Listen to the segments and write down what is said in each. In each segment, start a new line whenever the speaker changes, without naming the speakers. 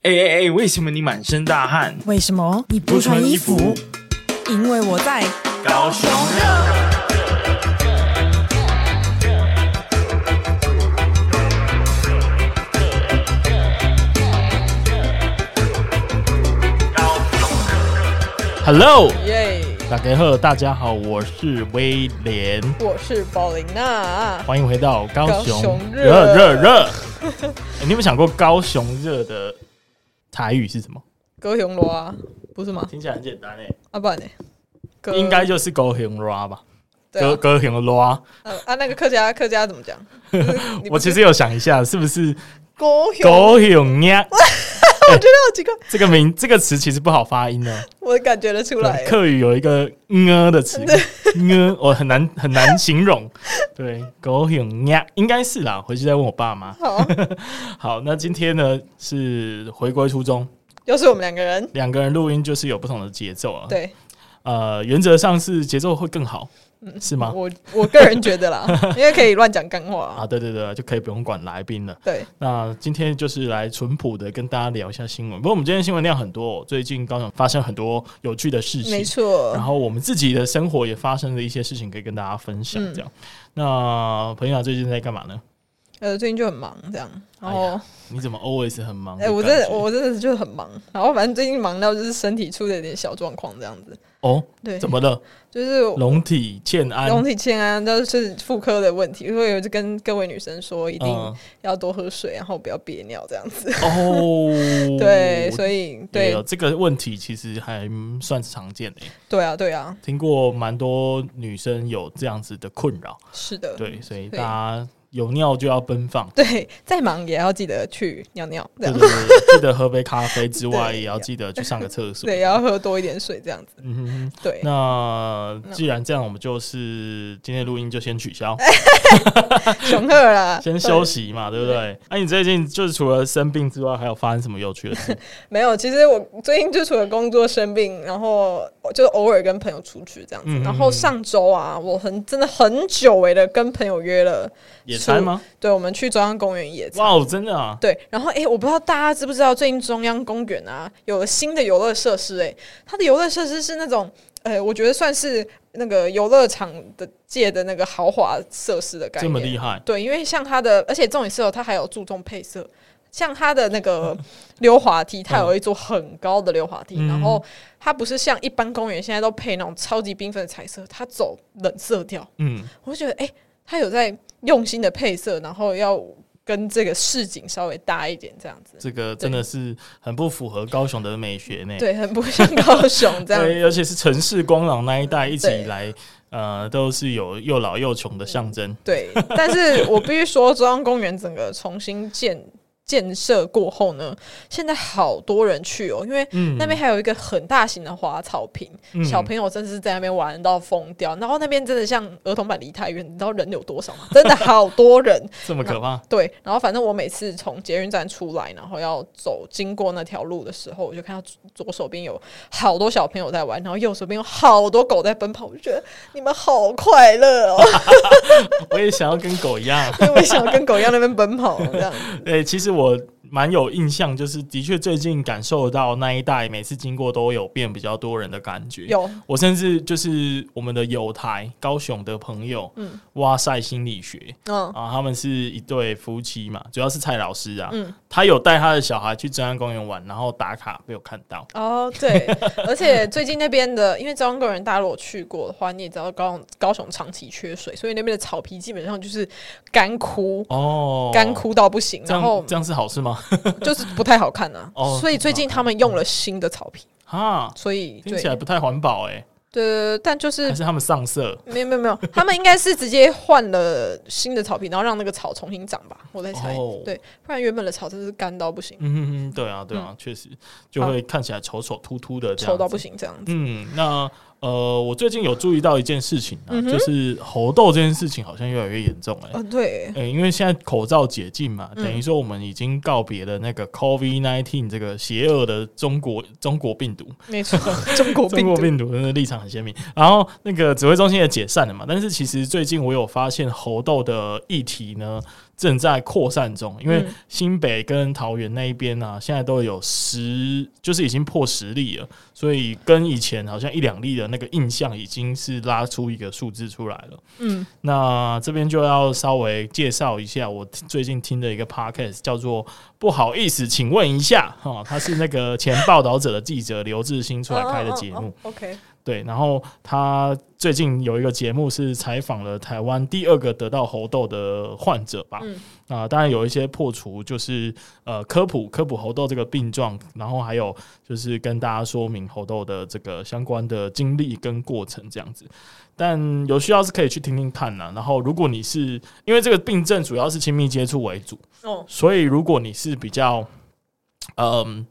哎哎哎，为什么你满身大汗？
为什么你不穿衣服？因为我在。
高雄，Hello，
耶
大家好，大家好，我是威廉，
我是宝琳娜。
欢迎回到高
高雄
雄
热
热 热热。哎你有没有想过高雄热的台语是什么？
高雄罗啊，不是吗？
听起来很简单欸诶，
阿爸呢？高
应该就是高雄热吧？
对
高
啊
高雄热。
啊啊，那个客家客家怎么讲？你不
我
是
其实有想一下，是不是
高雄，
狗熊呀？
我觉得好奇怪，
这个名这个词其实不好发音哦。
我感觉得出来
对，。客语有一个呃的 词，呃，我很难很难形容。对，狗熊呀，应该是啦。回去再问我爸妈。
好，
好，那今天呢是回归初衷，
又是我们两 个人。
两个人录音就是有不同的节奏啊。，
对，
呃，原则上是节奏会更好，
嗯
是吗？
我我个人觉得 啦，因为可以乱讲干话啊
啊，。对对对，就可以不用管来宾了。
对，
那今天就是来淳朴的跟大家聊一下新闻。不过我们今天新闻量很多、哦，最近高雄发生很多有趣的事
没
情，
错
然。后我们自己的生活也发生了一些事情可以跟大家分享。
嗯
这样，那朋友啊最近在干嘛呢？
呃，最近就很忙这样，然后
你怎么 always 很忙
哎、
的感
我
觉？
真的我真的是就很忙，然后反正最近忙到就是身体出了一点小状况这样子。
哦，
对，
怎么了？
就是我
龙体欠安，
总体健康都是妇科的问题，所以我就跟各位女生说，一定
嗯
要多喝水，然后不要憋尿这样子。，
哦
对，所以
对
对
哦这个问题其实还算是常见的，
对啊，对啊，
听过蛮多女生有这样子的困扰。
是的，
对，所以
对
大家有尿就要奔放。
对， 再忙也要记得去尿尿，这
对
样
对对，记得喝杯咖啡之外，
对
也要记得去上个厕所。
对，也要喝多一点水这样子。
嗯哼哼，
对，
那既然这样，我们就是今天录音就先取消，
哎雄鹤啦，
先休息嘛，对不对？那、你最近就是除了生病之外，还有发生什么有趣的 事？
没有，其实我最近就除了工作生病，然后就偶尔跟朋友出去这样子。
嗯嗯嗯
然后上周啊，我很真的很久违的跟朋友约了，
野餐吗？
对，我们去中央公园野餐。
哇哦，真的啊！
对，然后诶，我不知道大家知不知道，最近中央公园啊有了新的游乐设施、诶，它的游乐设施是那种，呃，我觉得算是那个游乐场的界的那个豪华设施的概
这
念。
么厉害，
对，因为像它的，而且重点是哦，它还有注重配色。像它的那 个溜滑梯，它有一座很高的溜滑梯，
嗯
然后它不是像一般公园现在都配那种超级缤纷的彩色，它走冷色调。
嗯，
我就觉得，哎、它有在用心的配色，然后要跟这个市景稍微搭一点，这样子，
这个真的是很不符合高雄的美学呢。
对，很不像高雄这
哎
样子。
对，而且是城市光廊那一带一直
对
以来，呃，都是有又老又穷的象征。
对，但是我必须说，中央公园整个重新建建设过后呢，现在好多人去哦，因为
嗯
那边还有一个很大型的滑草坪，
嗯
小朋友真的是在那边玩到疯掉。然后那边真的像儿童版梨泰院，你知道人有多少吗？真的好多人。
这么可怕，
对，然后反正我每次从捷运站出来，然后要走经过那条路的时候，我就看到左左手边有好多小朋友在玩，然后右手边有好多狗在奔跑，我就觉得你们好快 乐哦，
我也想要跟狗一样。
因为我想要跟狗一样在那边奔跑 这样。
对，其实我蛮有印象，就是的确最近感受到那一带每次经过都有变比较多人的感觉。
有
我甚至就是我们的友台高雄的朋友，嗯，哇塞心理学
嗯，
啊，他们是一对夫妻嘛，主要是蔡老师啊，
嗯
他有带他的小孩去中央公园玩，然后打卡被我看到，
哦，对，而且最近那边的，因为中央公园大家如果去过的话，你也知道高雄高雄长期缺水，所以那边的草皮基本上就是干枯。
哦，
干，枯到不行，
这
然后
样这样是好事吗？
就是不太好看啊，
哦
所以最近他们用了新的草皮，
哈，
所以
听
对
起来不太环保哎、
对，但就是
还是他们上色。
没有没有没有，他们应该是直接换了新的草皮，然后让那个草重新长吧，我在猜。
哦
对，不然原本的草真是干到不行，
嗯哼哼，对啊，对啊，确、实就会看起来丑丑秃秃的，这样
丑
子
到不行这样子。
嗯，那呃，我最近有注意到一件事情啊，就是猴痘这件事情好像越来越严重哎、欸
嗯、对，
呃因为现在口罩解禁嘛，
嗯
等于说我们已经告别了那个 COVID nineteen 这个邪恶的中国中国病毒，
没错，中国
中
病
国
毒。
病毒真的立场很鲜明。然后那个指挥中心也解散了嘛，但是其实最近我有发现猴痘的议题呢，正在扩散中，因为
嗯
新北跟桃园那一边呢、啊，现在都有十，就是已经破十例了，所以跟以前好像一两例的那个印象已经是拉出一个数字出来了。
嗯，
那这边就要稍微介绍一下我最近听的一个 podcast，叫做《不好意思，请问一下》哈、哦，他是那个前报道者的记者刘志新出来开的节目。
哦哦哦 OK，
对，然后他最近有一个节目是采访了台湾第二个得到猴痘的患者吧？
嗯
啊、当然有一些破除，就是呃科普科普猴痘这个病状，然后还有就是跟大家说明猴痘的这个相关的经历跟过程这样子。但有需要是可以去听听看啦。然后，如果你是因为这个病症主要是亲密接触为主，
哦，
所以如果你是比较嗯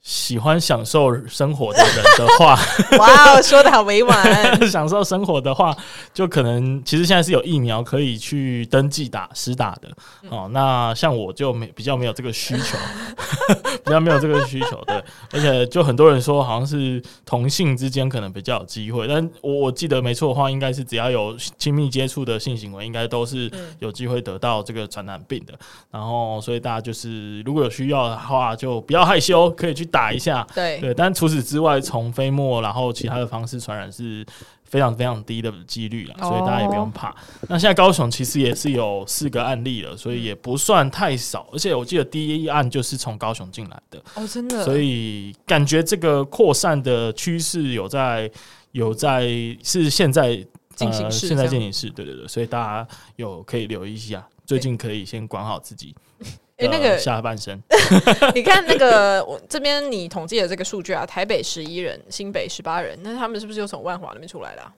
喜欢享受生活的人的话，
哇哦，说的好 委婉，
享受生活的话，就可能其实现在是有疫苗可以去登记打实打的、哦。那像我就没比较没有这个需求， 比较没有这个需求对。而且就很多人说好像是同性之间可能比较有机会，但我我记得没错的话，应该是只要有亲密接触的性行为，应该都是有机会得到这个传染病的。然后所以大家就是如果有需要的话，就不要害羞，可以去打一下。
对，
对，但除此之外，从飞沫然后其他的方式传染是非常非常低的几率啦，所以大家也不
哦
用怕。那现在高雄其实也是有四个案例了，所以也
嗯
不算太少，而且我记得第一案就是从高雄进来的，
哦，真的，
所以感觉这个扩散的趋势有在有在是现在
进行
呃、
式
现在
这样
进行式，对对对，所以大家有可以留意一下，最近可以先管好自己。
诶那
的
个
呃下半身，
你看那个我这边你统计的这个数据啊，台北十一人，新北十八人，那他们是不是又从万华那边出来的啊、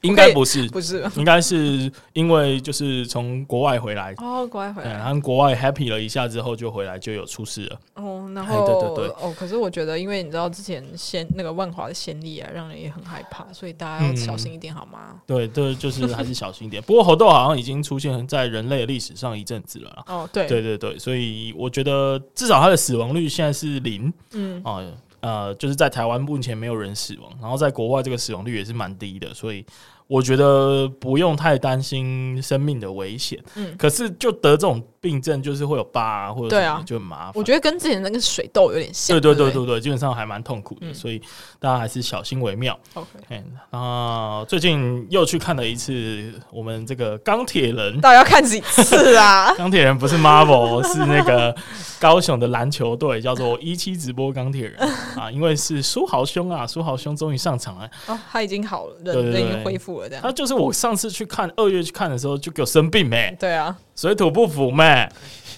应该不是，
不 是
应该是因为就是从国外回来，
哦，国外回
嗯，
来、
他们国外 happy 了一下之后就回来就有出事了，
哦，然
哎
后
对对对
哦，可是我觉得，因为你知道之前先那个万华的先例啊，让人也很害怕，所以大家要
嗯
小心一点好吗？
对，这就是还是小心一点。不过猴痘好像已经出现在人类历史上一阵子了啦。
哦，对，
对对对，所以我觉得至少它的死亡率现在是零
嗯，
啊、呃，就是在台湾目前没有人死亡，然后在国外这个死亡率也是蛮低的，所以我觉得不用太担心生命的危险。
嗯
可是就得这种病症，就是会有疤、啊、或者
对
什么
啊
的就很麻烦。
我觉得跟之前那个水痘有点像，
对对对
不
对对，基本上还蛮痛苦的，
嗯
所以大家还是小心为妙。
，OK，
嗯，那最近又去看了一次我们这个钢铁人，？
到底要看几次啊
钢铁人不是 Marvel，是那个高雄的篮球队，叫做一期直播钢铁人啊，因为是苏豪兄啊，苏豪兄终于上场了。
哦，他已经好了，
对对
人
对
人已经恢复了，这样
他，就是我上次去看二月去看的时候就给我生病没、欸
对啊，
水土不服嘛，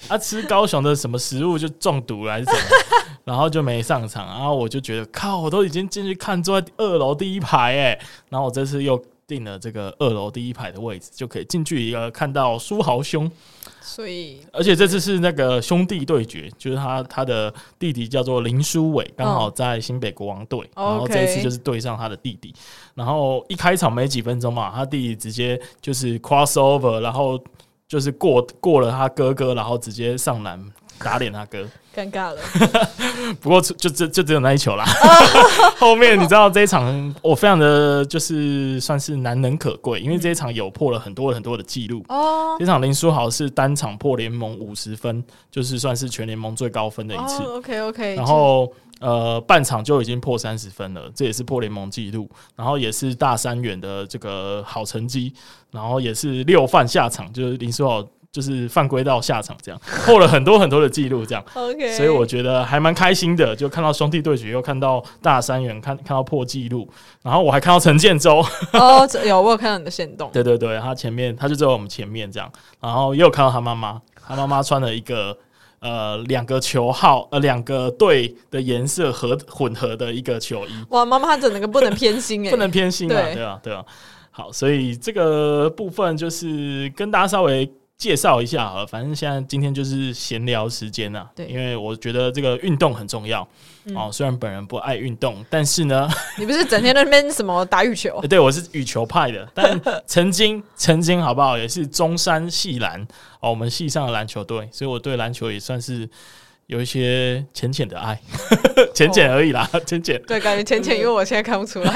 他、吃高雄的什么食物就中毒了还是怎么，然后就没上场。然后我就觉得靠，我都已经进去看，坐在二楼第一排哎、然后我这次又订了这个二楼第一排的位置，就可以近距离的看到苏豪兄，
所以
而且这次是那个兄弟对决，就是他他的弟弟叫做林书伟，刚好在新北国王队，
OK
然后这一次就是对上他的弟弟。然后一开场没几分钟嘛，他弟弟直接就是 crossover，然后就是过过了他哥哥，然后直接上篮打脸他哥。
尴尬了，
不过就就就只有那一球啦。后面你知道这一场我非常的就是算是难能可贵，因为这一场有破了很多很多的记录。
哦，
这场林书豪是单场破联盟五十分，就是算是全联盟最高分的一次。
哦，OK OK，
然后呃，半场就已经破三十分了，这也是破联盟纪录，然后也是大三元的这个好成绩，然后也是六犯下场，就是林书豪就是犯规到下场这样，破了很多很多的记录这样。
OK，
所以我觉得还蛮开心的，就看到兄弟对决，又看到大三元，看看到破纪录，然后我还看到陈建州，
哦，这有我有看到你的线动，
对对对，他前面他就在我们前面这样，然后也有看到他妈妈，他妈妈穿了一个呃两个球号呃两个队的颜色合混合的一个球衣，
哇，妈妈整个不能偏心 哎，
不能偏心啊，
对
对啊对啊。好，所以这个部分就是跟大家稍微介绍一下好了，反正现在今天就是闲聊时间啊，
对嗯
因为我觉得这个运动很重要、哦，虽然本人不爱运动，但是呢，
你不是整天在那边什么打羽球
欸？对，我是羽球派的，但曾经曾经好不好，也是中山系篮哦，我们系上的篮球队，所以我对篮球也算是有一些浅浅的爱， 浅浅而已啦，浅浅。
对，感觉浅浅，因为我现在看不出来。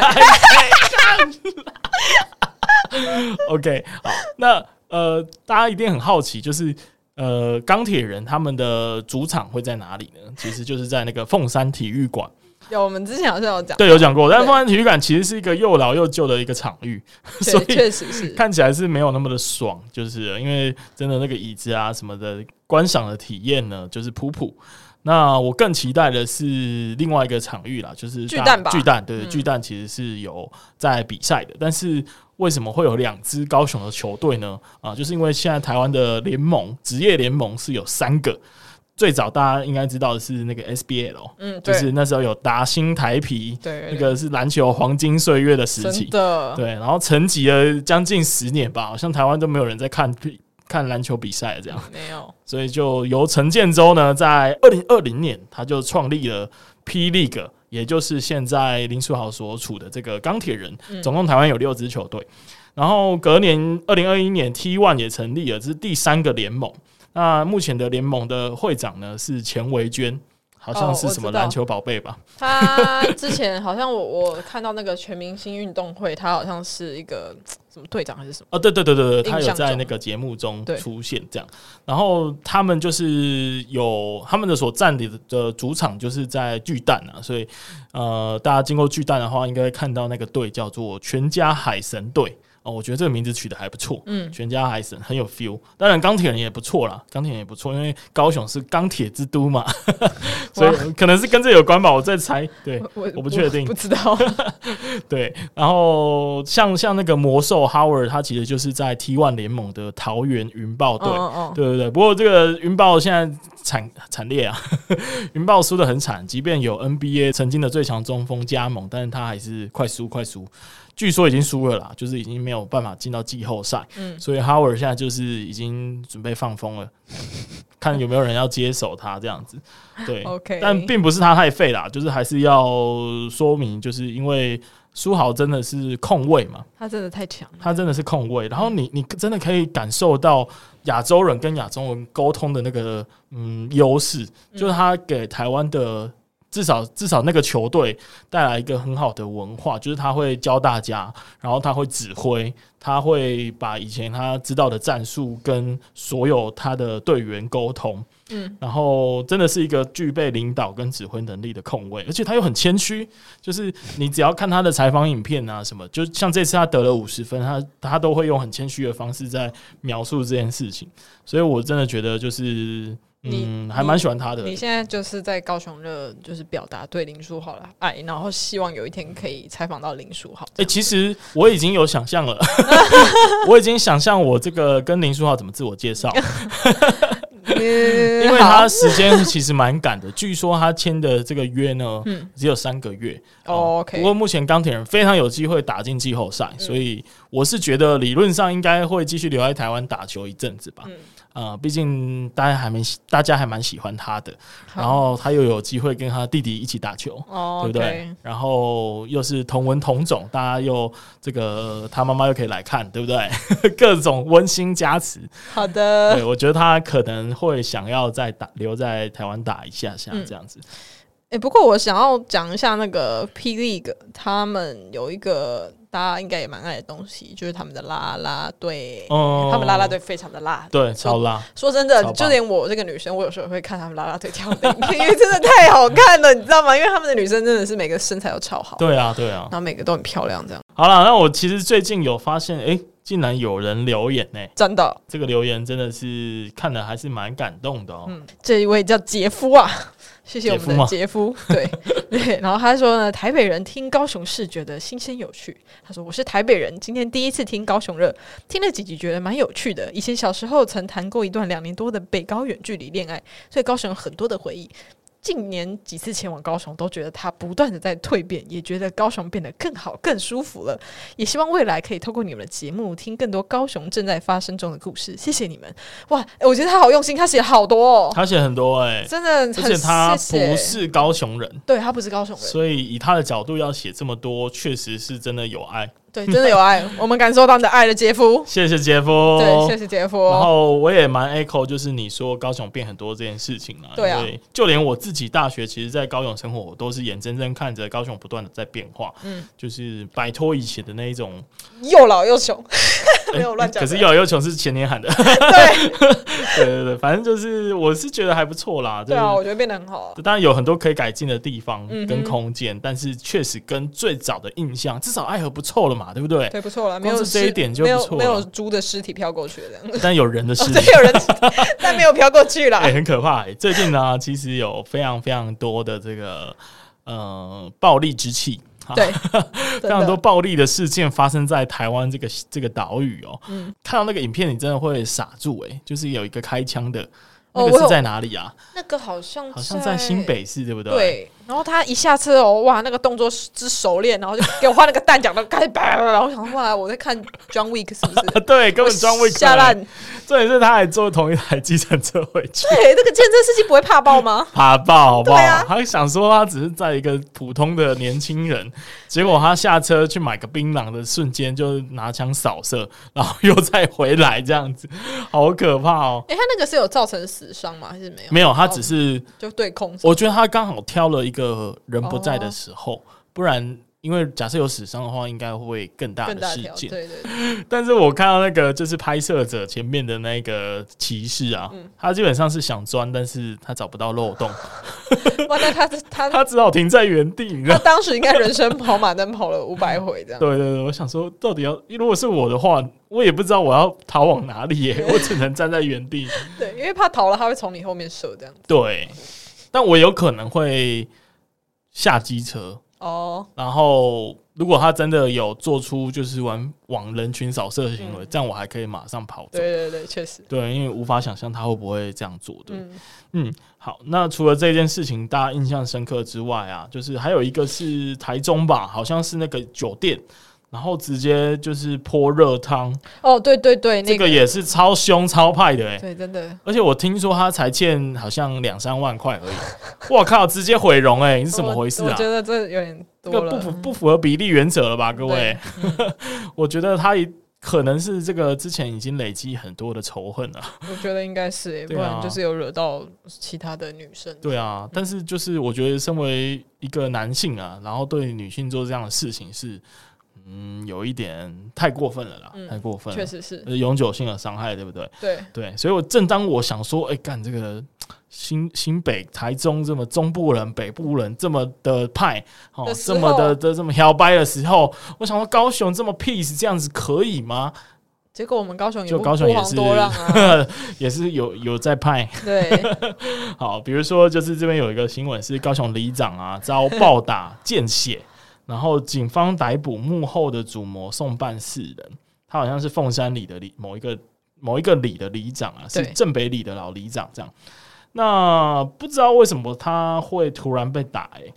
OK，好，那呃，大家一定很好奇，就是呃，钢铁人他们的主场会在哪里呢？其实就是在那个凤山体育馆。
有，我们之前好像有讲，
对，有讲过，但
对
凤山体育馆其实是一个又老又旧的一个场域，
确
所以
确实是，
看起来是没有那么的爽，就是因为真的那个椅子啊什么的，观赏的体验呢就是普普。那我更期待的是另外一个场域啦，就是
巨
大
蛋吧
巨蛋对，
嗯
巨蛋其实是有在比赛的，但是为什么会有两支高雄的球队呢？啊，就是因为现在台湾的联盟职业联盟是有三个，最早大家应该知道的是那个 SBL，
嗯，
就
对
是那时候有达兴台啤，
对
那个是篮球黄金岁月的时期
真。的，
对，然后沉寂了将近十年吧，好像台湾都没有人在看比看篮球比赛了这样，
没有，
所以就由陈建州呢，在二零二零年他就创立了 P League，也就是现在林书豪所处的这个钢铁人，
嗯
总共台湾有六支球队，然后隔年二零二一年 T One 也成立了，这是第三个联盟。那目前的联盟的会长呢是钱维娟，好像
哦
是
我
什么
知道
篮球宝贝吧？
他之前好像我我看到那个全明星运动会，他好像是一个什么队长还是什么，
啊，对对对对对，他
印
有
象
在
中
那个节目中
对
出现这样。然后他们就是有他们的所占领的主场就是在巨蛋啊，所以呃，大家经过巨蛋的话，应该会看到那个队叫做全家海神队哦，我觉得这个名字取得还不错，
嗯，
全家海神很有 feel。当然钢铁人也不错啦，钢铁人也不错，因为高雄是钢铁之都嘛， 所以可能是跟这有关吧，我在猜。对，
我
我不确定
不知道，
对，然后像像那个魔兽 Howard，他其实就是在 T One 联盟的桃园云豹队。
嗯嗯嗯，
哦对对对，不过这个云豹现在惨惨烈啊， 云豹输的很惨，即便有 NBA 曾经的最强中锋加盟，但是他还是快输快输，据说已经输了啦，就是已经没有办法进到季后赛，
嗯
所以 Howard 现在就是已经准备放风了， 看有没有人要接手他这样子，对
OK
但并不是他太废啦，就是还是要说明，就是因为苏豪真的是控卫嘛，
他真的太强了，
他真的是控卫，然后你你真的可以感受到亚洲人跟亚洲人沟通的那个嗯优势，就是他给台湾的至少至少那个球队带来一个很好的文化，就是他会教大家，然后他会指挥，他会把以前他知道的战术跟所有他的队员沟通，
嗯，
然后真的是一个具备领导跟指挥能力的控卫，而且他又很谦虚，就是你只要看他的采访影片啊什么，就像这次他得了五十分，他他都会用很谦虚的方式在描述这件事情，所以我真的觉得就是。嗯，
你
还蛮喜欢他的。
你现在就是在高雄热，就是表达对林书豪的爱，然后希望有一天可以采访到林书豪
哎、。其实我已经有想象了， 我已经想象我这个跟林书豪怎么自我介 绍，
因
因为他时间其实蛮赶的。据说他签的这个约呢，只有三个月。
哦
不过
嗯，OK，嗯
目前钢铁人非常有机会打进季后赛，所以我是觉得理论上应该会继续留在台湾打球一阵子吧。
嗯
啊，毕竟大家还没大家还蛮喜欢他的，
好
然后他又有机会跟他弟弟一起打球。
哦
对不对
，OK，？
然后又是同文同种，大家又这个呃他妈妈又可以来看， 对不对？各种温馨加 持，
好的
对。我觉得他可能会想要再打留在台湾打一下下
嗯
这样子。
哎、不过我想要讲一下那个 P League，他们有一个大家应该也蛮爱的东西，就是他们的啦啦队。
哦
他们啦啦队非哦常的辣。
对，超辣，
说真
超
的，
棒
就连我这个女生，我有时候也会看他们啦啦队跳的影片，因为真的太好看了，你知道吗？因为他们的女生真的是每个身材都超好，
对啊，对啊
然。后每个都很漂亮，这样
好了，那我其实最近有发现，哎、竟然有人留言呢、
真的。
这个留言真的是看了还是蛮感动的哦、
这一位叫杰夫啊， 谢谢我们的杰夫。对 对，然后他说呢，台北人听高雄市觉得新鲜有趣。他说我是台北人，今天第一次听高雄热，听了几集觉得蛮有趣的。以前小时候曾谈过一段两年多的北高远距离恋爱，所以高雄有很多的回忆。近年几次前往高雄，都觉得它不断的在蜕变，也觉得高雄变得更好、更舒服了。也希望未来可以透过你们的节目，听更多高雄正在发生中的故事。谢谢你们！哇，诶我觉得他好用心，他写好多哦。
他写很多哎、
真的很
而且他
谢谢
不是高雄人，
对他不是高雄人，
所以以他的角度要写这么多，确实是真的有爱。
对，真的 有爱，我们感受到你的爱的杰夫，
谢谢杰夫，
对，谢谢杰
哦然
夫，
后我也蛮 echo，就是你说高雄变很多这件事情啦。
对啊
因为就连我自己大学，其实，在高雄生活，我都是眼睁睁看着高雄不断的在变化。嗯，就是摆脱以前的那一种，
又老又穷，没有乱讲
哎可
的。
是又有又穷是前年喊 的，
对
对对对，反正就是我是觉得还不错啦，就
对啊，我
是。
觉得变得很好了。
当然有很多可以改进的地方
嗯哼
跟空间，但是确实跟最早的印象，至少爱河不错了嘛，对不对？
对，不错了，没
光
有
是这一
尸
点就
没
不
有
错
没有
了
猪的尸体飘过去的这 样，
但有人的事 情
对，有人，但没有飘过去啦
哎、。很可怕、欸。最近呢，其实有非常非常多的这个呃暴力之气，哈
对，
非
真
常
的
多暴力的事件发生在台湾这个这个岛屿哦。
嗯
看到那个影片，你真的会傻住哎、就是有一个开枪的，那
哦
个
我
是
有
在哪里啊？
那个好像
好像在新北市，对不对？
对，然后他一下车哦，哇，那个动作之熟练，然后就给我画那个弹夹，然后开始叭叭叭，然后我想说哇，我在看 John Wick 是不
啊
是？
对，根本装未
下烂，。
重点是他还坐同一台计程车回去，
对，这个健身司机不会怕爆吗？
爬爆好不好？
对啊
他想说他只是在一个普通的年轻人，结果他下车去买个槟榔的瞬间就拿枪扫射，然后又再回来这样子， 好可怕哦！
哎、他那个是有造成死伤吗？还是没有？
没有，他
哦
只是
就对空手。
我觉得他刚好挑了一个人不在的时
哦
候，不然因为假设有死伤的话，应该会更大
更
的
大
事
条，对
件。
对对，
但是我看到那个就是拍摄者前面的那个骑士啊，
嗯
他基本上是想钻，但是他找不到漏 洞，
哇，那他他
他只好停在原地，你知道
他。当时应该人生跑马灯跑了五百回这样。
对对对，我想说，到底要如果是我的话，我也不知道我要逃往哪里耶， 我只能站在原地。
对，因为怕逃了，他会从你后面射这样子。
对，但我有可能会下机车，
哦，
然后如果他真的有做出就是玩往人群扫射的行为，这样我还可以马上跑走。
嗯对对对，确实，
对，因为无法想象他会不会这样做的。
嗯，
嗯，好，那除了这件事情大家印象深刻之外啊，就是还有一个是台中吧，好像是那个酒店，然后直接就是泼热汤，
哦，对对对，那
这个也是超凶超派的哎、
对，真的，
而且我听说他才欠好像两三万块而已，我靠，直接毁容哎、你是怎么回事
我
啊
我？觉得这有点
这
多
个
了，嗯
不符不符合比例原则了吧，各位
对？
我觉得他也可能是这个之前已经累积很多的仇恨了。
我觉得应该是耶，
对
不
啊
然就是有惹到其他的女生。
对
嗯
啊，但是就是我觉得身为一个男性啊，然后对女性做这样的事情是，嗯，有一点太过分了啦，
嗯
太过分了
确，实是
呃永久性的伤害，对不对？
对，
对，所以我正当我想说，哎、干这个新新北、台中这么中部人、北部人这么的派哦
的，时
这
候
么的的这么摇摆的时候，我想说高雄这么 peace 这样子可以吗？
结果我们高雄也
就
不
高雄
不
也
遑
是
多 让啊，
也是有有在派。
对，
好，比如说就是这边有一个新闻是高雄里长啊遭暴打见血，然后警方逮捕幕后的主谋送办四人，他好像是凤山里的里某一个某一个里的里长啊，是
对
镇北里的老里长这样。那不知道为什么他会突然被打、欸，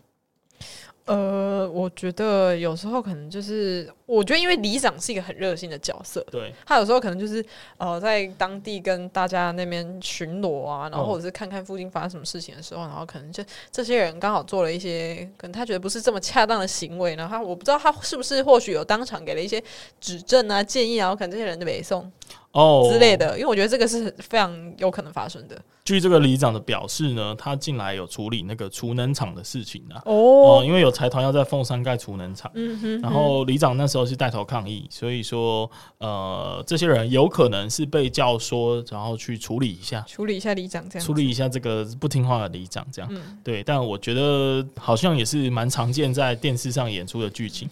呃，我觉得有时候可能就是，我觉得因为里长是一个很热心的角色，
对，
他有时候可能就是呃，在当地跟大家那边巡逻啊，然后
嗯
或者是看看附近发生什么事情的时候，然后可能就这些人刚好做了一些可能他觉得不是这么恰当的行为，然后他我不知道他是不是或许有当场给了一些指正啊、建议啊，然后可能这些人就没送
哦
之类。的，因为我觉得这个是非常有可能发生的
据这个里长的表示呢，他近来有处理那个储能厂的事情啊，哦，
哦。
因为有财团要在凤山盖储能厂。
嗯哼，
然后里长那时候是带头抗议，所以说呃，这些人有可能是被教唆，然后去处理一下，
处理一下里长这样
处
子，
理一下这个不听话的里长，这样、
嗯
对。但我觉得好像也是蛮常见在电视上演出的剧情，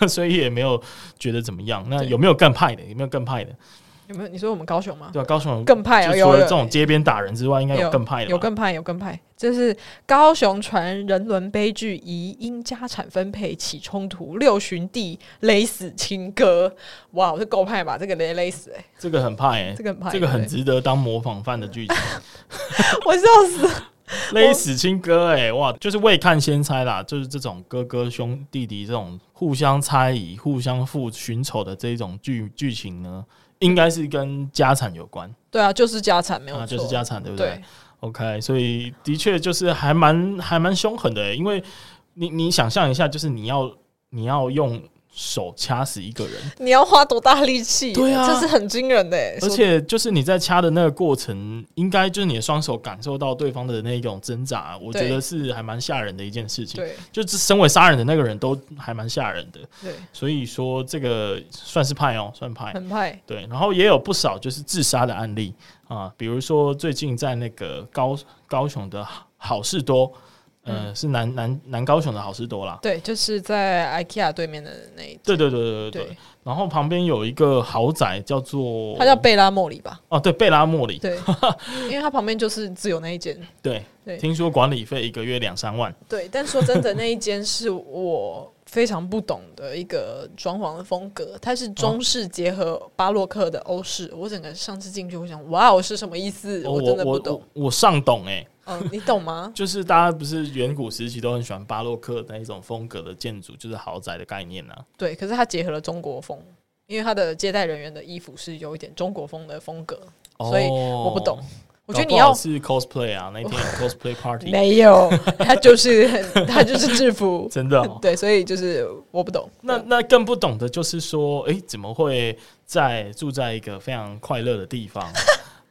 对， 所以也没有觉得怎么样。那
对
有没有更派的？有没有更派的？
有没有？你说我们高雄吗？
对啊，高雄有
更派
就
啊，有
除
有
了这种街边打人之外，应该有更派的吧
有更派，有更派，就是高雄传人伦悲剧，疑因家产分配起冲突，六旬弟勒死亲哥，哇，这够派吧？这个勒勒死、欸，
这个很派、欸，
这个很派，
这个很
对不
值得当模仿犯的剧情。
对我笑死，
勒死亲哥哎、哇，就是未看先猜啦，就是这种哥哥兄弟弟这种互相猜疑、互相负寻仇的这种剧剧情呢，应该是跟家产有关
对啊，就是家产没有错、
啊，就是家产，对不对
对
o k 所以的确就是还蛮还蛮凶狠的、欸，因为你你想象一下，就是你要你要用手掐死一个人，
你要花多大力气耶？
对啊
这是很惊人的耶。
而
说
且就是你在掐的那个过程，应该就是你的双手感受到对方的那种挣扎，我觉
对
得是还蛮吓人的一件事情。
对
就是身为杀人的那个人都还蛮吓人的，
对，
所以说这个算是派哦，算派。
很派
对，然后也有不少就是自杀的案例啊，比如说最近在那个高高雄的好事多，呃，
嗯
是南南南高雄的好事多啦。
对，就是在 IKEA 对面的那一
对对对对对对
对。
然后旁边有一个豪宅叫做，
它叫贝拉莫里吧？
哦，对贝拉莫里，
对，因为它旁边就是只有那一间。
对，
对
听说管理费一个月两三万，
对，但说真的，那一间是我非常不懂的一个装潢的风格，它
哦
是中式结合巴洛克的欧式。我整个上次进去，我想，哇哦，是什么意思？
哦
我
我
真的不
我
懂
我。我上懂哎、
嗯，你懂吗？
就是大家不是远古时期都很喜欢巴洛克那一种风格的建筑，就是豪宅的概念啊。
对，可是它结合了中国风，因为它的接待人员的衣服是有一点中国风的风格，哦所以我不懂。我觉得你
哦搞不好
要
是 cosplay 啊， 那天有 cosplay party
没有，
。
它就是很它就是制服
真的哦、
对，所以就是我不懂。
那那更不懂的就是说，诶，怎么会在住在一个非常快乐的地 方，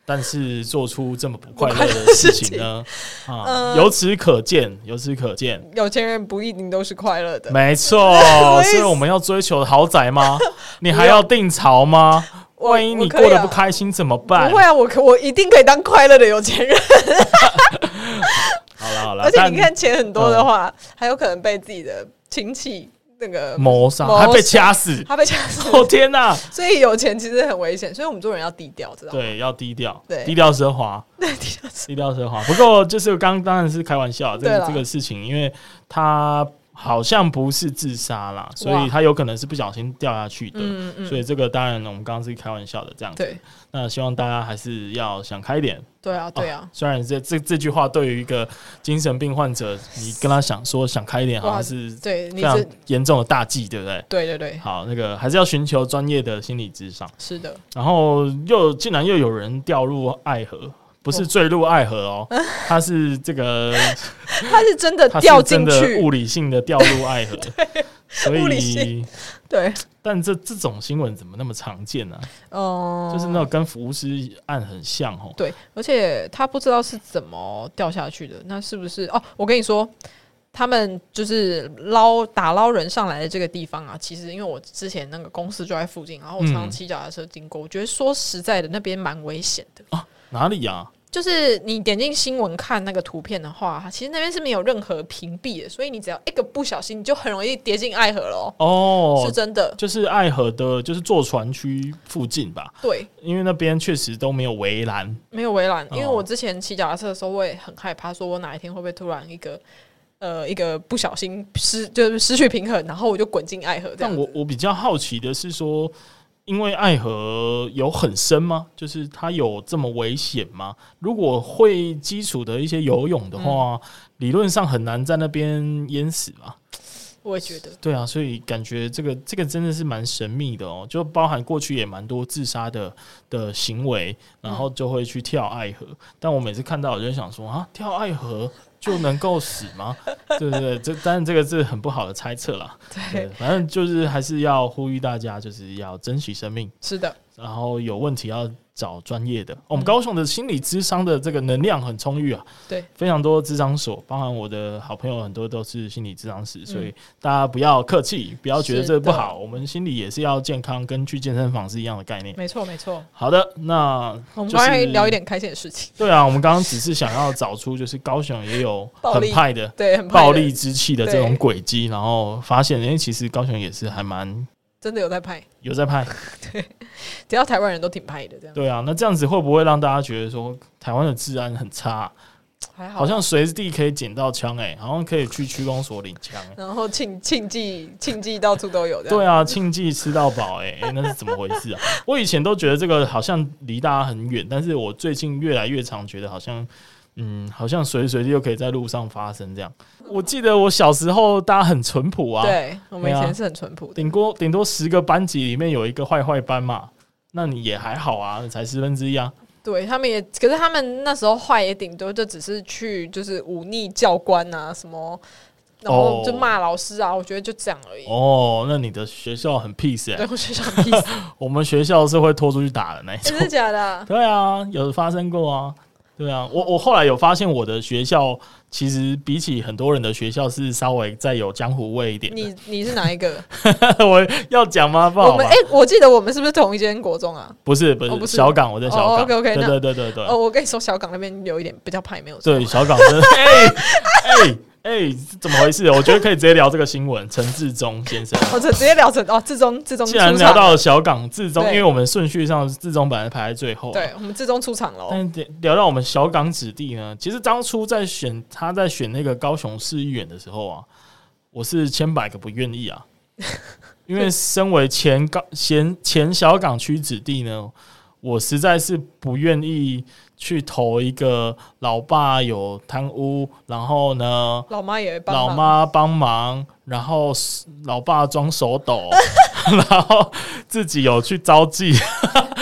但是做出这么不快乐的事情呢？ 啊，
呃
由此可见，由此可见，
有钱人不一定都是快乐的。
没错
我，也是
所以我们要追求豪宅吗？你还要定潮吗？
我
万一你
我
过
可以
得
啊
不开心怎么办
不？会啊，我可我一定可以当快乐的有钱人，
好了好了，
而且
但嗯
你看钱很多的话，还有可能被自己的亲戚那个
谋杀
谋杀
还被掐死，
他被掐死，
哦天哪！
所以有钱其实很危险，所以我们做人要低调，知道吗？
对，要低调，
对
低调奢华，
对， 低调是
低调奢华。不过就是刚当然是开玩笑，这
对
个
啦
这个事情，因为他好像不是自杀啦，所以他有可能是不小心掉下去的。
嗯
所
嗯，
以这个当然我们刚刚是开玩笑的这样子。
对
那希望大家还是要想开一点。
对啊，对啊，
虽然这这这句话对于一个精神病患者，你跟他想说想开一点，好像
哇
是
对，
非
你
常
是
严重的大忌，对不对？
对对对，
好，那个还是要寻求专业的心理咨商。
是的，
然后又竟然又有人掉入爱河，不是坠入爱河 哦，他是这个
他是真的
嗯他
掉
是真
进
的
去
物，理性的掉入爱 河，所
物理
以
性对，
但这这种新闻怎么那么常见呢、
嗯，
就是那种跟服务师案很像哦。
对，而且他不知道是怎么掉下去的，那是不是？哦，我跟你说，他们就是捞打捞人上来的这个地方啊，其实因为我之前那个公司就在附近，然后我常
嗯
常骑脚踏车经过，我觉得说实在的，那边蛮危险的。
哪里啊？
就是你点进新闻看那个图片的话，其实那边是没有任何屏蔽的，所以你只要一个不小心，你就很容易跌进爱河了、
哦
是，真的，
就是爱河的，就是坐船区附近吧，
对，
因为那边确实都没有围栏。
没有围栏，因为
哦
我之前骑脚踏车的时候，我也很害怕，说我哪一天会不会突然一个呃一个不小心失就是失去平衡，然后我就滚进爱河这
但
样子。
我我比较好奇的是说，因为爱河有很深吗？就是它有这么危险吗？如果会基础的一些游泳的话，理论上很难在那边淹死吧？
我也觉得，
对啊，所以感觉这个这个真的是蛮神秘的哦，就包含过去也蛮多自杀的的行为，然后就会去跳爱河。但我每次看到，我就想说啊，跳爱河就能够死吗？对对对，这当然这个是很不好的猜测啦。对，
对，
反正就是还是要呼吁大家，就是要珍惜生命，
是的，
然后有问题要找专业
嗯
的。哦我们高雄的心理咨商的这个能量很充裕啊，
对，
非常多咨商所，包含我的好朋友很多都是心理咨商
嗯
师，所以大家不要客气，不要觉得这不好，我们心理也是要健康，跟去健身房是一样的概念。
没错没错。
好的，那
我们
就
刚才
是
聊一点开心的事情，
对啊，我们刚刚只是想要找出，就是高雄也有
暴
很
力
派的
对，很
暴
棒的
力之气的这种
对
轨迹，然后发现，哎，其实高雄也是还蛮
真的有在拍，
有在派。
只要台湾人都挺拍的这样，
对啊，那这样子会不会让大家觉得说台湾的治安很差啊、
还好。
好像随地可以捡到枪哎、好像可以去区公所领枪、 欸。
然后庆庆忌庆忌到处都有这样，
对啊，庆忌吃到饱哎、欸那是怎么回事 啊？我以前都觉得这个好像离大家很远，但是我最近越来越常觉得好像。嗯，好像随时随地就可以在路上发生这样。我记得我小时候大家很淳朴啊，
对我们以
对啊
前是很淳朴的，
顶多顶多十个班级里面有一个坏坏班嘛，那你也还好啊，才十分之一啊。
对他们也，可是他们那时候坏也顶多就只是去就是忤逆教官啊，什么然后就
哦
骂老师啊，我觉得就这样而已。
哦，那你的学校很 peace 哎、
对，我学校 很 peace，
我们学校是会拖出去打的那一种
真。的假的啊？
对啊，有发生过啊。对啊，我我后来有发现，我的学校其实比起很多人的学校是稍微再有江湖味一点的。
你你是哪一个？
我要讲吗？不
我
好
们
吧
哎、我记得我们是不是同一间国中啊？
不是不是,、
哦不是
小港，我在小港。
哦，OK，OK，
对
那
对对对对。
哦，我跟你说，小港那边有一点比较派，没有错。
对，小港 真的，哎哎哎，怎么回事？我觉得可以直接聊这个新闻，陈志忠先 生。
我直直接聊成哦，志忠志忠
既然
出
聊
场
到
了
了小港志忠，
对
因为我们顺序上志忠本来排在最后，啊
对。我们志忠出场了哦，
但聊到我们小港子弟呢，其实当初在选他在选那个高雄市议员的时候啊，我是千百个不愿意 啊，因为身为前港前前小港区子弟呢，我实在是不愿意去投一个老爸有贪污，然后呢
老妈也帮忙
老妈帮忙，然后老爸装手抖， 然后自己有去招妓。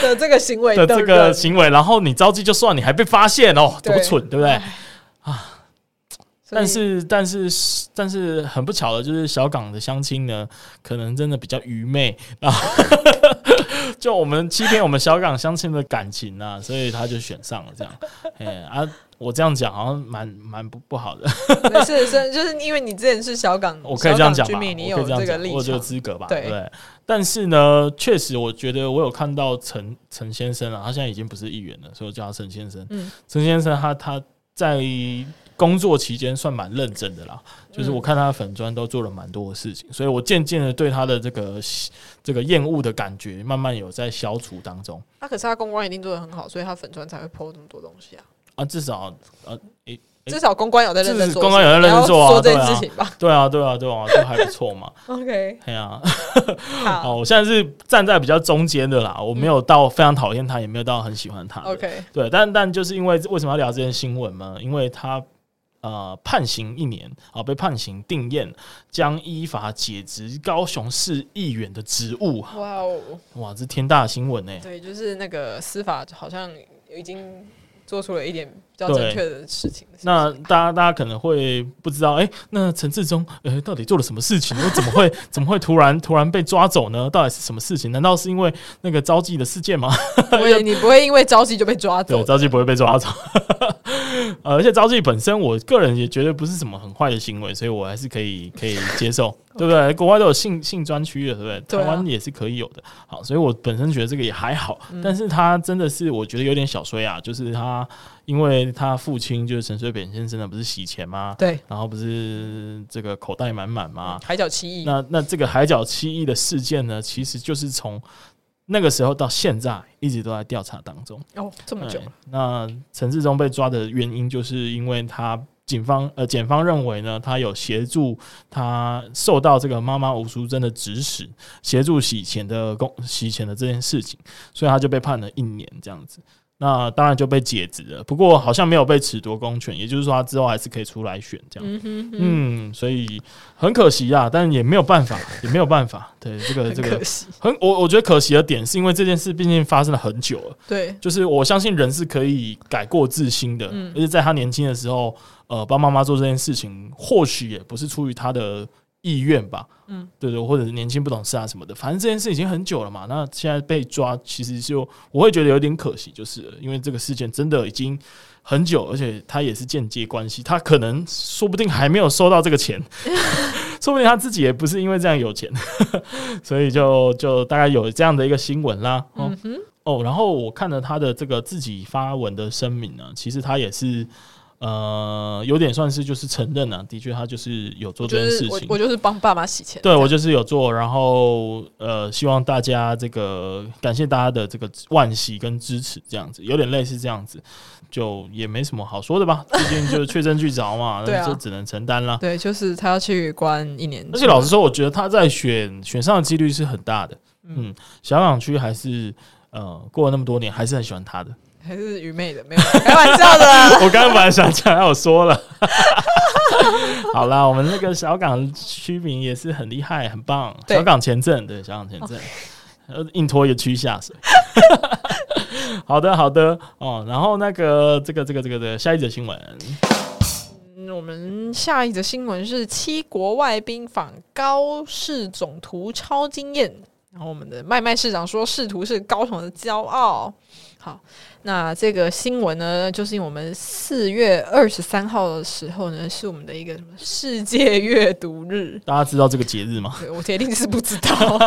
的这个行为
的这个
人
行为，然后你招妓就算，你还被发现哦，
对啊
多蠢，对不对？
所以
但是，但是，但是很不巧的就是，小港的相亲呢，可能真的比较愚昧啊， 就我们欺骗我们小港相亲的感情啊，所以他就选上了这样。哎、啊，我这样讲好像蛮蛮不不好的，
没事，是就是因为你之前是小港，
我可以这样讲
小
吧，
港居
我
民你
可
有
以这样
这个
讲，
立
我有这个
场，
资格吧，
对
对不对？但是呢，确实，我觉得我有看到陈陈先生啊，他现在已经不是议员了，所以我叫他陈先生。
嗯
陈先生他他在工作期间算蛮认真的啦，就是
嗯
我看他的粉砖都做了蛮多的事情，所以我渐渐的对他的这个这个厌恶的感觉慢慢有在消除当中
他啊可是他公关一定做的很好，所以他粉砖才会 PO 这么多东西啊。
啊，至少呃，诶、诶
至少公关有在认真做事，
至少公关有在认真做啊
你要说这
对
件
啊
事情吧。
对啊，对啊，对啊，都还不错嘛，
OK，
哎呀、
好嗯
哦，我现在是站在比较中间的啦，我没有到非常讨厌他，也没有到很喜欢他。
，OK，
对，但但就是因为为什么要聊这件新闻呢？因为他呃判刑一年啊、被判刑定谳，将依法解职高雄市议员的职务。
哇哦，
哇，这天大的新闻呢、欸
对，就是那个司法好像已经做出了一点比较正确的事情。是不是
那大家大家可能会不知道，哎、那陈志忠呃到底做了什么事情？又怎么会怎么会突然突然被抓走呢？到底是什么事情？难道是因为那个招妓的事件吗？
不会，你不会因为着急就被抓
对，
走的。
招妓不会被抓走。 呃而且招妓本身，我个人也觉得不是什么很坏的行为，所以我还是可以可以接 受，对不对？国外都有性性专区了，对不对？
对啊
台湾也是可以有的。好，所以我本身觉得这个也还好，
嗯
但是他真的是我觉得有点小衰啊，就是他因为他父亲就是陈水扁先生呢，啊不是洗钱吗？
对，
然后不是这个口袋满满吗？
海角七亿，
那那这个海角七亿的事件呢，其实就是从那个时候到现在一直都在调查当中。
哦，这么久
对
了，
那陈志忠被抓的原因，就是因为他警方呃检方认为呢，他有协助他受到这个妈妈吴淑珍的指使，协助洗钱的公洗钱的这件事情，所以他就被判了一年这样子。那当然就被解职了，不过好像没有被褫夺公权，也就是说他之后还是可以出来选这样。
嗯哼哼，
嗯，所以很可惜啊，但也没有办法，也没有办法。对这个
很
这个
可惜。
很我我觉得可惜的点是因为这件事毕竟发生了很久了，
对，
就是我相信人是可以改过自新的，
嗯
而且在他年轻的时候，呃，帮妈妈做这件事情，或许也不是出于他的意愿吧，
嗯，
对对，或者是年轻不懂事啊什么的，反正这件事已经很久了嘛，那现在被抓，其实就我会觉得有点可惜，就是了因为这个事件真的已经。很久，而且他也是间接关系，他可能说不定还没有收到这个 钱，说不定他自己也不是因为这样有钱， 所以就就大概有这样的一个新闻啦。哦、
嗯哼，
哦，然后我看了他的这个自己发文的声明呢、其实他也是呃，有点算是就是承认了、的确他就是有做
我
这
就
件
是
事
我
情，
我就是帮爸妈洗钱。
对我就是有做，然后呃，希望大家这个呃感谢大家的这个惋惜跟支持，这样子有点类似这样子，就也没什么好说的 吧，毕竟就是确证俱凿嘛，
对
那
啊
就只能承担啦。
对，就是他要去关一年，
而且老实说，我觉得他在选选上的几率是很大的。嗯，小港区还是呃过了那么多年，还是很喜欢他的。
还是愚昧的，没有开玩笑的啦。
我刚刚本来想讲，但我说了。 好啦，我们那个小港区民也是很厉害，很棒。
对
小港前阵，对小港前阵，呃，硬拖一区下水。 好的，好的，哦，然后那个这个这个这个这个下一则新闻，
嗯，我们下一则新闻是七国外宾访高市总图超惊艳，然后我们的麦麦市长说仕途是高雄的骄傲。好，那这个新闻呢，就是因为我们四月二十三号的时候呢，是我们的一个什么世界阅读日。
大家知道这个节日吗？
对我铁定是不知 道，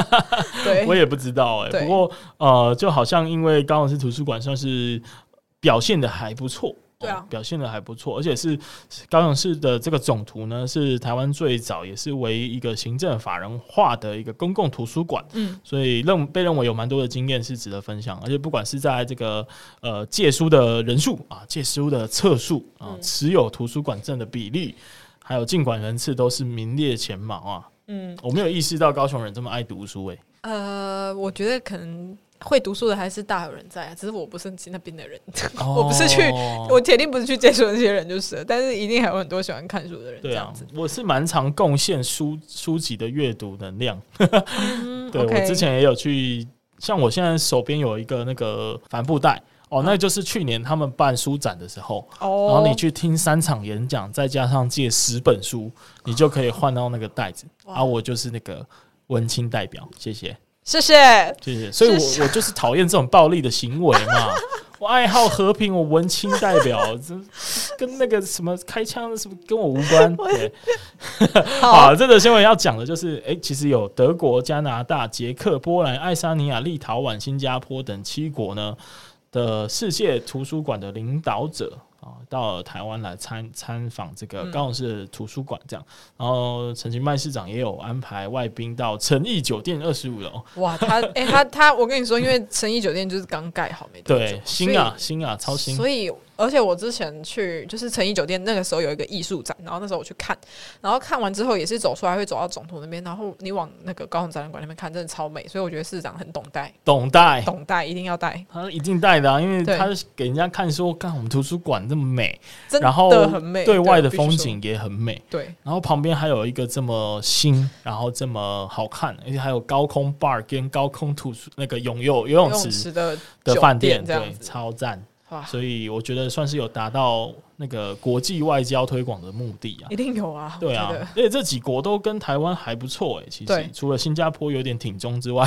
对，
我也不知道哎、
对
不过呃，就好像因为高雄市图书馆算是表现的还不错。
对啊
哦表现的还不错，而且是高雄市的这个总图呢，是台湾最早也是唯一一个行政法人化的一个公共图书馆，
嗯，
所以认被认为有蛮多的经验是值得分享，而且不管是在这个呃借书的人数啊、借书的册数啊、
嗯
持有图书馆证的比例，还有进馆人次都是名列前茅啊。
嗯，
我没有意识到高雄人这么爱读书诶、欸
呃，我觉得可能会读书的还是大有人在啊，只是我不是那边的人，
哦
我不是去，我铁定不是去接触那些人就是了，但是一定还有很多喜欢看书的人这
对啊
样子。，
我是蛮常贡献书书籍的阅读能量。
嗯
对
OK
我之前也有去，像我现在手边有一个那个帆布袋。哦，那就是去年他们办书展的时候，
嗯哦，
啊然后你去听三场演讲，再加上借十本书，你就可以换到那个袋子。
哇
啊，我就是那个文青代表，谢谢。
谢谢。
谢谢。所以
是
我我就是讨厌这种暴力的行为嘛。 我爱好和平，我文青代表， 这跟那个什么开枪什么跟 我无关。对，
好
好，，这则新闻要讲的就是，诶，其实有德国、加拿大、捷克、波兰、爱沙尼亚、立陶宛、新加坡等七国呢的世界图书馆的领导者啊，到了台湾来参参访这个
嗯
高雄市的图书馆，这样。然后陈其迈市长也有安排外宾到诚毅酒店二十五楼，
哇，他哎、他他，我跟你说，因为诚毅酒店就是刚盖好没多久，
对，新啊新啊，超
所以
新。
所以，而且我之前去就是诚毅酒店那个时候有一个艺术展，然后那时候我去看，然后看完之后也是走出来会走到总图那边，然后你往那个高雄展览馆那边看，真的超美，所以我觉得市长很懂 带，
懂带，
懂带一定要带，
他一定带的、啊，因为
对
他是给人家看说，看我们图书馆这么美，
真
然后
的很美，
对外的
我必须
风
说
景也很美，
对。
然后旁边还有一个这么新，然后这么好看，而且还有高空 bar 跟高空图书那个泳游游
游
泳
泳
池
池的
的
酒
饭
店
店，
这样
对，
子，啊
超赞。
哇，
所以我觉得算是有达到那个国际外交推广的目的啊
一。定有啊，
对啊
我觉得，
而且这几国都跟台湾还不错诶、其
对
实除了新加坡有点挺中 之外，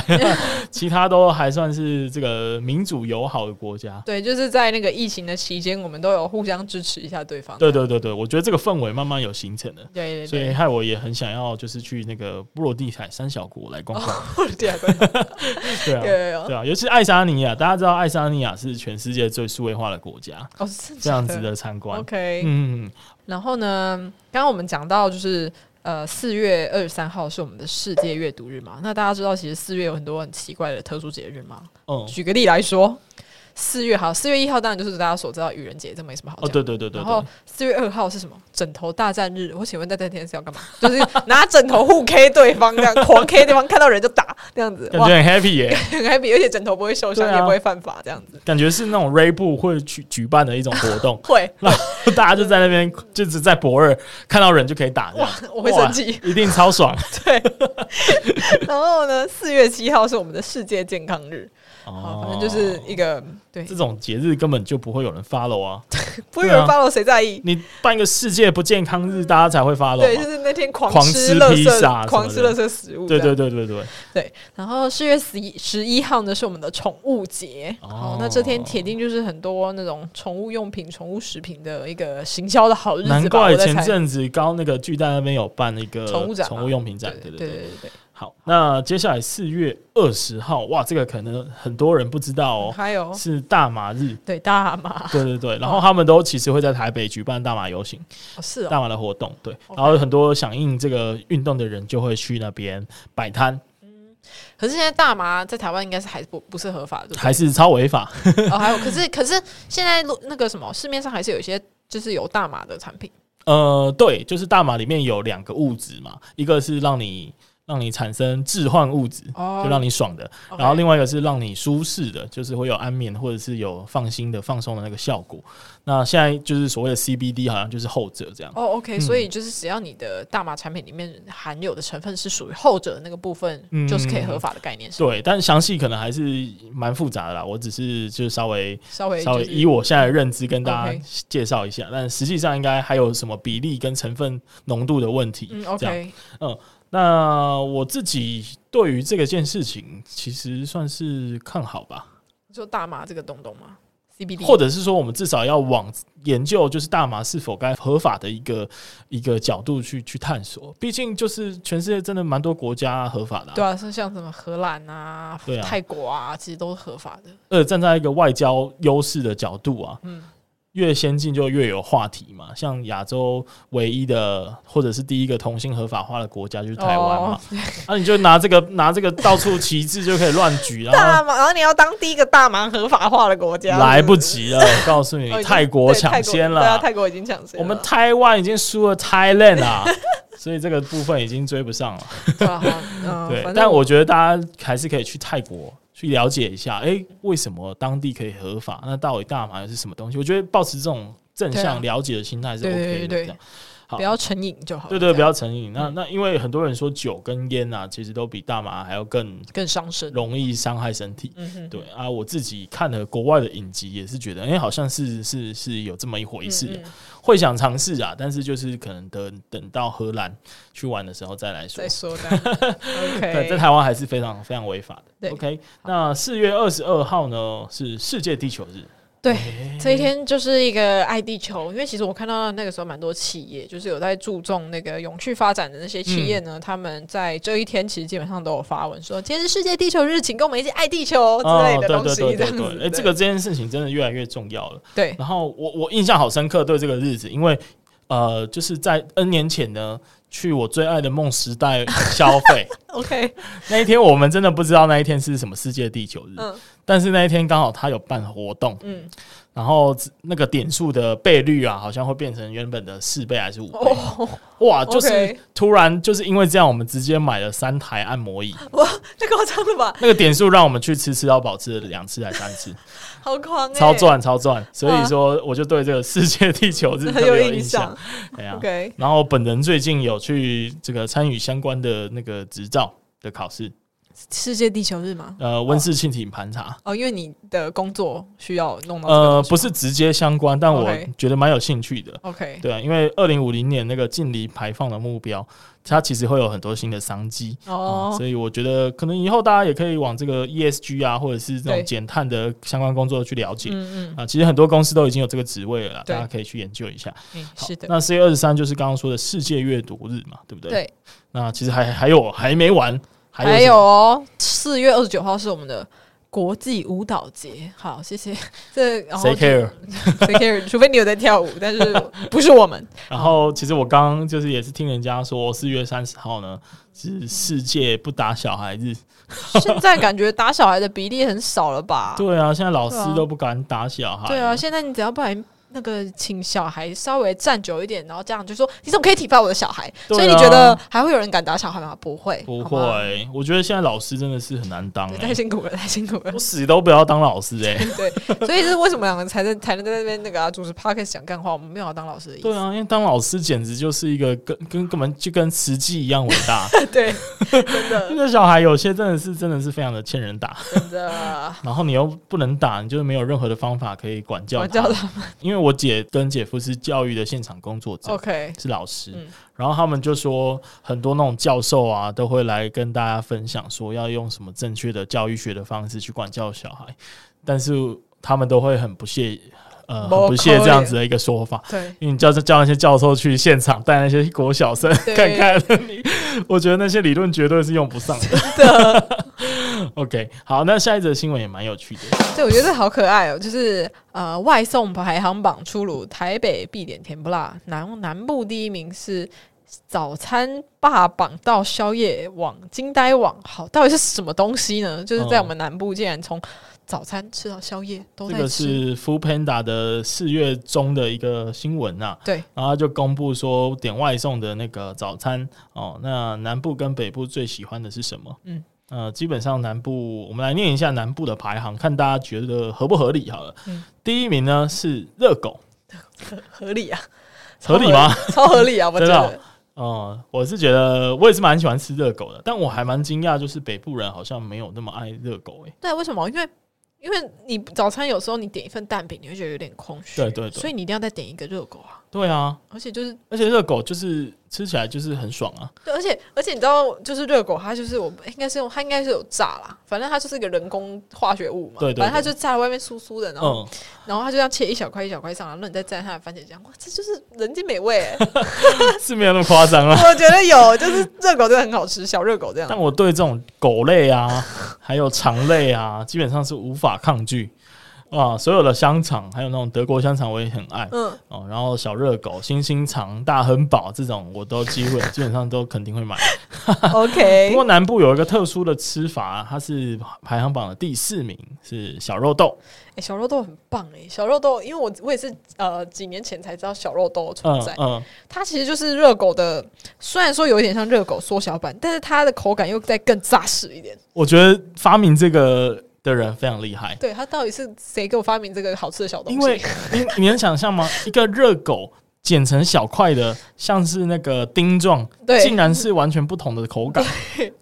其他都还算是这个民主友好的国家。
对，就是在那个疫情的期间，我们都有互相支持一下对方，啊
对对对对，我觉得这个氛围慢慢有形成了，
对对
所以
对，
害我也很想要就是去那个波罗的海三小国来逛逛。
我 的天啊，
对
有
啊，
有有
对啊，尤其是爱沙尼亚，大家知道爱沙尼亚是全世界最数位化的国家，
哦， 是
这样子的参观。
OK，
嗯，
然后呢，刚刚我们讲到就是呃，四月二十三号是我们的世界阅读日嘛。那大家知道，其实四月有很多很奇怪的特殊节日嘛。
哦，
举个例来说，四月好，四月一号当然就是大家所知道愚人节，这没什么好
哦，
讲。
对对对对
然后
对，
四月二号是什么？枕头大战日。我请问在这天是要干嘛？ 就是拿枕头互 K 对方，这样狂 K 对方，看到人就打，这样子
感
哇，
觉很 happy 耶、
很 happy，而且枕头不会受伤，
对啊
也不会犯法，这样子，
感觉是那种 Ray 部会去举办的一种活动
会
大家就在那边就是在博二看到人就可以打，这样
我会生气。
哇一定超爽。
然后呢，四月七号是我们的世界健康日。 好，
哦
反正就是一个对，
这种节日根本就不会有人 follow 啊，
不会有人 follow 谁在意。
你办一个世界不健康日，大家才会 follow
对，
嘛
就。是那天狂
狂
吃
吃
垃
披
圾，
萨
狂
什
吃
么
垃
的
圾食物这
对
样。
对对对对，
对。然后四月十一十一号呢，是我们的宠物节。
哦
哦，那这天铁定就是很多那种宠物用品、宠物食品的一个行销的好日子吧。
难怪
我在
前
猜
阵子高那个巨蛋那边有办一个
宠物展嘛
宠物用品展，
对
对
对
对
对
对。
对对
好，那接下来四月二十号，哇，这个可能很多人不知道
对，
哦，
还有
是大麻日。
对大麻
对对对，然后他们都其实会在台北举办大麻游行、
哦是哦，
大麻的活动，对，
OK
然后很多响应这个运动的人就会去那边摆摊，
可是现在大麻在台湾应该是还不不是合法的，
还是超违法，
哦还有，可是可是现在路那个什么市面上还是有一些就是有大麻的产品。
呃，对，就是大麻里面有两个物质嘛，一个是让你让你产生置换物质，
哦
就让你爽的。
OK
然后另外一个是让你舒适的，就是会有安眠或者是有放心的放松的那个效果。那现在就是所谓的 CBD，好像就是后者这样。
哦，OK，所以就是只要你的大麻产品里面含有的成分是属于后者的那个部分，
嗯
就是可以合法的概念是吧
对，但详细可能还是蛮复杂的啦。我只是就是稍微
稍微
稍
就
微
是
以我现在的认知跟大家
OK
介绍一下，但实际上应该还有什么比例跟成分浓度的问题。
嗯
这样，
OK
那我自己对于这个件事情其实算是看好吧，
你说大麻这个东东吗？CBD
或者是说我们至少要往研究就是大麻是否该合法的一个一个角度去去探索。毕竟就是全世界真的蛮多国家合法的、
对啊，是像什么荷兰啊、
对啊
泰国啊，其实都是合法的。
呃，站在一个外交优势的角度啊，
嗯
越先进就越有话题嘛。像亚洲唯一的或者是第一个同性合法化的国家就是台湾嘛，
哦
那、你就拿这个 拿这个到处旗帜就可以乱举，然
大
后
麻，然后你要当第一个大麻合法化的国家，
来
是
不
是
及了。 我告诉你
哦已，经
泰国
对泰
抢先
对啊，
了，
泰国已经抢先了。
我们台湾已经输了 Thailand 啊，所以这个部分已经追不上了。
对 啊，嗯，
对，
反正
但我觉得大家还是可以去泰国去了解一下，诶，为什么当地可以合法？那到底大麻又是什么东西？我觉得保持这种正
对啊
向了解的心态是
对
OK 的。
对对对
这样好
不要成瘾就好了。嗯
对对，
这样
不要成瘾。那那因为很多人说酒跟烟啊，其实都比大麻还要更
更 伤身。
容易伤害身体。
嗯哼，
对啊，我自己看了国外的影集，也是觉得，哎、好像是是是有这么一回事的，
嗯嗯
会想尝试啊，但是就是可能等等到荷兰去玩的时候再来说
再。说的。OK，
对，在台湾还是非常非常违法
哎对
的。OK，那四月二十二号呢是世界地球日，
对，这一天就是一个爱地球，因为其实我看到那个时候蛮多企业，就是有在注重那个永续发展的那些企
嗯
业呢，他们在这一天其实基本上都有发文说，今天是世界地球日，请跟我们一起爱地球哦之
哦对
类的东
对
西，
对
这
对
样子。
对，哎，
对
这个这件事情真的越来越重要了。
对
然后我我印象好深刻，对这个日子，因为呃，就是在 N 年前呢，去我最爱的梦时代消 费
OK，
那一天，我们真的不知道那一天是什么世界地球日，
嗯
但是那一天刚好他有办活动，
嗯，
然后那个点数的倍率啊，好像会变成原本的四倍还是五倍，
哦，
哇，就是
OK
突然就是因为这样，我们直接买了三台按摩 椅，
哇，太夸张了吧，
那个点数让我们去吃吃到饱，吃了两次还三 次，
好狂哎、
超赚超赚，所以
啊
说我就对这个世界地球日特
很
别有
印
象，。哎呀。
OK，
然后本人最近有去这个参与相关的那个执照的考试，
世界地球日吗？
呃，温室气体盘查，
哦，因为你的工作需要弄到这个
呃，
东西
不是直接相关，但我
OK
觉得蛮有兴趣的。
OK，
对啊，因为二零五零年那个近离排放的目标，它其实会有很多新的商机。
哦
嗯所以我觉得可能以后大家也可以往这个 ESG 啊，或者是这
对
种减碳的相关工作去了解。
嗯嗯
啊，其实很多公司都已经有这个职位了啦，
对
大家可以去研究一下。
嗯，
好
是的，
那四月二十三就是刚刚说的世界阅读日嘛，对不对？
对。
那其实还还有还没完，还有
还
什
有
么
哦，四月二十九号是我们的国际舞蹈节。好，谢谢。 这然后
谁 care？
谁 care？除非你有在跳舞，但是不是 我们。
然后其实我刚刚就是也是听人家说，四月三十号呢是世界不打小孩日。
现在感觉打小孩的比例很少了吧？
对啊，现在老师
对啊
都不敢打小孩。
对啊，，现在你只要不然。那个请小孩稍微站久一点，然后家长就说：“你怎么可以体罚我的小孩？”
对啊
所以你觉得还会有人敢打小孩吗？不会，
不
好吗，
会。我觉得现在老师真的是很难当
对，
欸、
太辛苦了，太辛苦 了
我。死都不要当老师哎、
对，所以这是为什么两个人才能才能在那边那个啊，主持 podcast 讲干话，我们没有要当老师的意思。
对啊，因为当老师简直就是一个跟跟根本就跟慈济一样伟大。
对，真
这
的
个小孩有些真的是真的是非常的欠人打，
真的。
然后你又不能打，你就是没有任何的方法可以管教
我叫
他。
他
因为我姐跟姐夫是教育的现场工作者
OK，
是老师，
嗯
然后他们就说很多那种教授啊，都会来跟大家分享说要用什么正确的教育学的方式去管教小孩，但是他们都会很不屑，呃，
没
很不屑
可
这
能
样子的一个说法。
对，
因为你叫叫那些教授去现场带那些国小生
嗯对
看看你，我觉得那些理论绝对是用不上的。OK，好，那下一则新闻也蛮有趣的。
对，我觉得这好可爱哦，就是呃，外送排行榜出炉，台北必点甜不辣，南南部第一名是。早餐霸榜到宵夜网、惊呆网，好，到底是什么东西呢？就是在我们南部，竟然从早餐吃到宵夜都
嗯这
在
个是
吃。
Food Panda 的四月中的一个新闻呐、啊，
对，
然后他就公布说点外送的那个早餐哦，那南部跟北部最喜欢的是什么？
嗯。
呃，基本上南部，我们来念一下南部的排行，看大家觉得合不合理好了。
嗯
第一名呢是热狗，
合理啊，
合理吗？
超合理啊，我觉
真的
得
哦。哦、我是觉得我也是蛮喜欢吃热狗的，但我还蛮惊讶，就是北部人好像没有那么爱热狗诶、欸
对，为什么？因为因为你早餐有时候你点一份蛋饼，你会觉得有点空虚，
对对对
所以你一定要再点一个热狗啊。
对啊，
而且就是，
而且热狗就是吃起来就是很爽啊。
对而且而且你知道，就是热狗，它就是我应该是用它应该是有炸啦，反正它就是一个人工化学物嘛，
对对对
反正它就炸在外面酥酥的，然后、
嗯，
然后它就这样切一小块一小块上来，然后你再蘸它的番茄酱，哇，这就是人间美味、 欸。
是没有那么夸张啦。啊
我觉得有，就是热狗真的很好吃，小热狗这样
但。我对这种狗类啊，还有肠类啊，基本上是无法抗拒啊。所有的香肠，还有那种德国香肠，我也很爱
嗯，
哦。然后小热狗、星星肠、大亨堡这种，我都机会基本上都肯定会买。不
OK，
过南部有一个特殊的吃法，啊它是排行榜的第四名，是小肉豆。
欸小肉豆很棒哎、小肉豆，因为我我也是呃几年前才知道小肉豆的存
嗯
在，
嗯，
它其实就是热狗的，虽然说有一点像热狗缩小版，但是它的口感又再更扎实一点。
我觉得发明这个的人非常厉害。
对，它到底是谁给我发明这个好吃的小东西？
因为你你能想象吗？一个热狗剪成小块的，像是那个丁状，
对
竟然是完全不同的口感，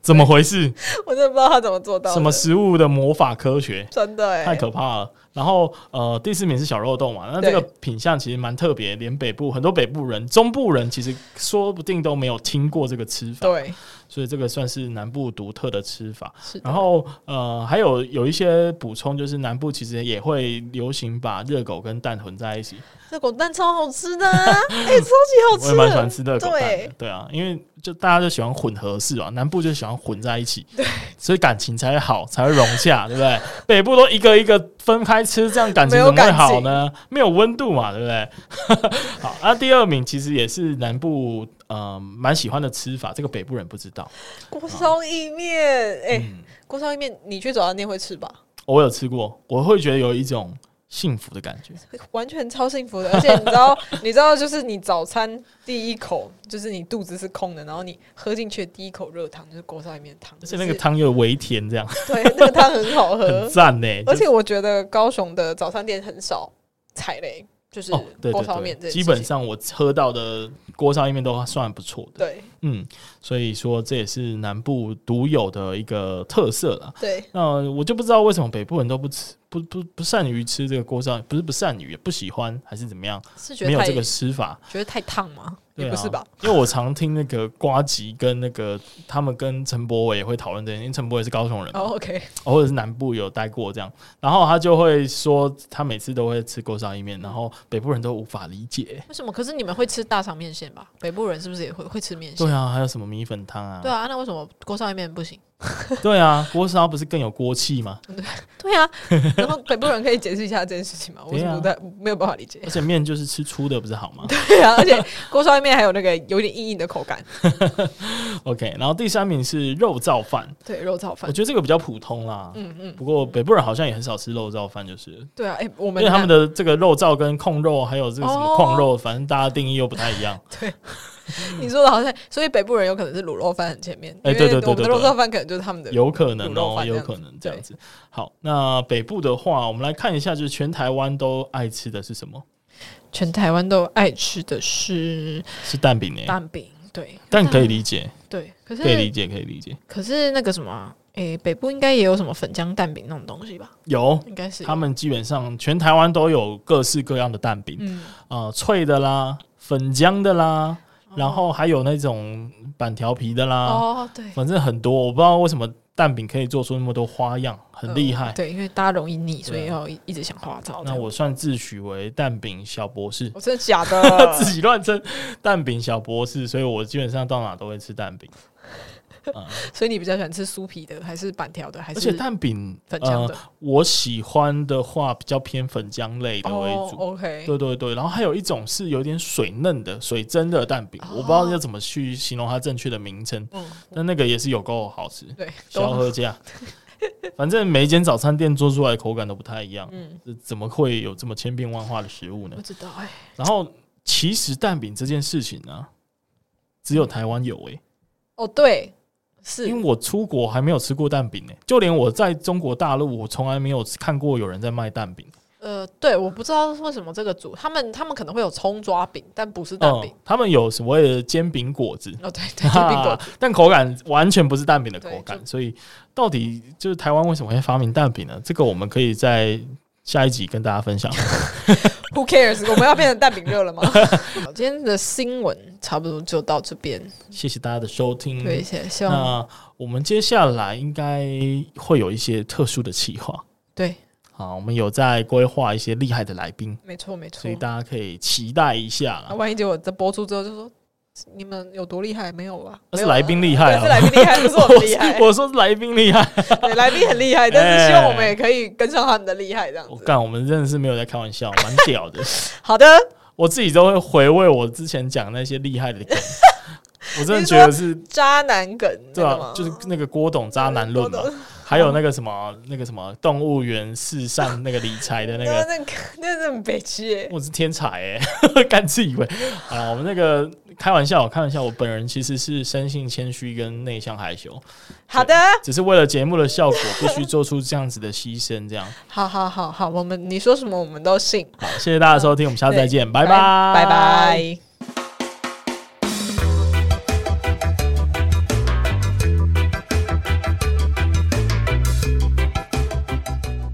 怎么回事？
我真的不知道它怎么做到的，
什么食物的魔法科学？
真的哎、
太可怕了。然后呃，第四名是小肉豆嘛，那
对
这个品相其实蛮特别，连北部很多北部人、中部人其实说不定都没有听过这个吃法，
对，
所以这个算是南部独特的吃法。
是的
然后呃，还有有一些补充，就是南部其实也会流行把热狗跟蛋混在一起。
热狗蛋超好吃 的、啊，哎、超级好吃
我也
的，
蛮喜欢吃热狗蛋的
对，，
对啊，因为就大家就喜欢混合式啊，南部就喜欢混在一起，对，所以感情才会好，才会融洽，对不对？北部都一个一个分开吃，这样感情
没有
怎么会
感
好
情
呢？没有温度嘛，对不对？ 好，那、第二名其实也是南部呃蛮喜欢的吃法，这个北部人不知道，
锅烧意面，哎、
嗯
锅烧意面，你去早餐店会吃吧？
我有吃过，我会觉得有一种幸福的感觉，
完全超幸福的，而且你知道，你知道，就是你早餐第一口，就是你肚子是空的，然后你喝进去的第一口热汤就是锅烧意面汤，
而且那个汤又微甜，这样
对，那个汤很 好
很
喝，
赞呢、就
而
是
且我觉得高雄的早餐店很少踩雷，就是
哦，对
锅烧
对
面这
对，
件事情
基本上我喝到的锅烧意面都算不错的。
对
嗯，所以说这也是南部独有的一个特色啦。
对
那我就不知道为什么北部人都不吃，不不不善于吃这个锅烧，不是不善于，不喜欢还是怎么样，
是觉
没有
得太
这个吃法。
觉得太烫吗？
对
也
啊，
不是吧？？
因为我常听那个瓜吉跟那个他们跟陈柏伟也会讨论这件事，因为陈柏伟是高雄人嘛，
哦，OK，
或者是南部有待过这样，然后他就会说他每次都会吃锅烧意面，然后北部人都无法理解。
为什么？可是你们会吃大肠面线吧？北部人是不是也会会吃面线？
对啊，还有什么米粉汤啊？
对啊，那为什么锅烧意面不行？
对啊，锅烧不是更有锅气吗？
对啊， 然后北部人可以解释一下这件事情吗？我
对
是
啊
不太没有办法理解
而。且面就是吃粗的，不是好吗
对啊，而且锅烧意面还有那个有点硬硬的口感，
？OK，然后第三名是肉燥饭，
对肉燥
我
饭，
觉得这个比较普通啦。
嗯嗯，
不过北部人好像也很少吃肉燥饭，就是因
对啊，哎、我们
为他们
那
的这个肉燥跟控肉，还有这个什么
哦
控肉，反正大家定义又不太一 样。
啊你说的好像，所以北部人有可能是卤肉饭很前面，
哎
因
对
为
对对对
我们的
对
肉燥饭可能就是他们的
有可能
卤肉
哦，
饭这
有
样子
可能这样子。好，那北部的话，我们来看一下，就是全台湾都爱吃的是什么？
全台湾都爱吃的是
是蛋饼诶、
蛋饼，对
但可以理解，
对，可
可以理
是
解，可以理解。
可是那个什么啊，诶、北部应该也有什么粉浆蛋饼那种东西吧？
有，
应该是有
他们基本上全台湾都有各式各样的蛋饼。
嗯，
呃脆的啦、粉浆的啦，然
哦
后还有那种板条皮的啦，
哦对，
反正很多，我不知道为什么蛋饼可以做出那么多花样，很厉害。
呃对，因为大家容易腻，所
对
以
啊
要一一直想花招。
那我算自诩为蛋饼小博士，
我真的假 的？
自己乱称蛋饼小博士，所以我基本上到哪都会吃蛋饼，
所以你比较喜欢吃酥皮的，还是板条的，还
而且
是
蛋饼
粉浆的
呃，？我喜欢的话比较偏粉浆类的为主。
o k
对对对，然后还有一种是有点水嫩的水蒸的蛋饼，我不
哦
知道要怎么去形容它正确的名称。
嗯，
但那个也是有够好吃，
对，
小
都
喝价。 反正每一间早餐店做出来的口感都不太一样，嗯，怎么会有这么千变万化的食物呢
不？知道哎、
然后，其实蛋饼这件事情呢、只有台湾有诶、
哦对，是
因为我出国还没有吃过蛋饼诶、就连我在中国大陆，我从来没有看过有人在卖蛋饼。
呃，对，我不知道为什么这个组他们他们可能会有葱抓饼，但不是蛋饼
嗯。，他们有所谓的煎饼果子，
哦，对 对，煎饼果子
但口感完全不是蛋饼的口
对
感，所以到底就是台湾为什么会发明蛋饼呢？这个我们可以在下一集跟大家分 享。
，Who cares？我们要变成蛋饼热了吗？ 好今天的新闻差不多就到这边，
谢谢大家的收听。
对，谢谢希望
嗯那我们接下来应该会有一些特殊的企划，
对，
好，我们有在规划一些厉害的来宾，
没错没错啊
所以。大家可以期待一下
那
啦。
万一结果在播出之后就说你们有多厉害？没有吧？
那
没
是
有啊
来宾厉害
对，
啊。
是，来宾厉害，不是我们厉害
我说是哎来宾厉害，
对，来宾很厉害，但是希望我们也可以跟上他们的厉害，这样
我
子。
干，我们真的是没有在开玩笑，蛮屌 的。
好的，
我自己都会回味我之前讲那些厉害 的梗，我真的觉得是
渣男梗，
对
那个
啊
吗，
就是那个郭董渣男论嘛
郭，
还有那个什么那个什么动物园事善那个理财 的那
那
个，
那个啊那是很北区耶，
我是天才哎、 干自以为啊，我们那个开玩笑，开玩笑，我本人其实是生性谦虚跟内向害羞，
好的，
只是为了节目的效果，必须做出这样子的牺牲。这样，
好好好好，我们你说什么我们都信。
好，谢谢大家收听，我们下次再见，拜拜，
拜拜。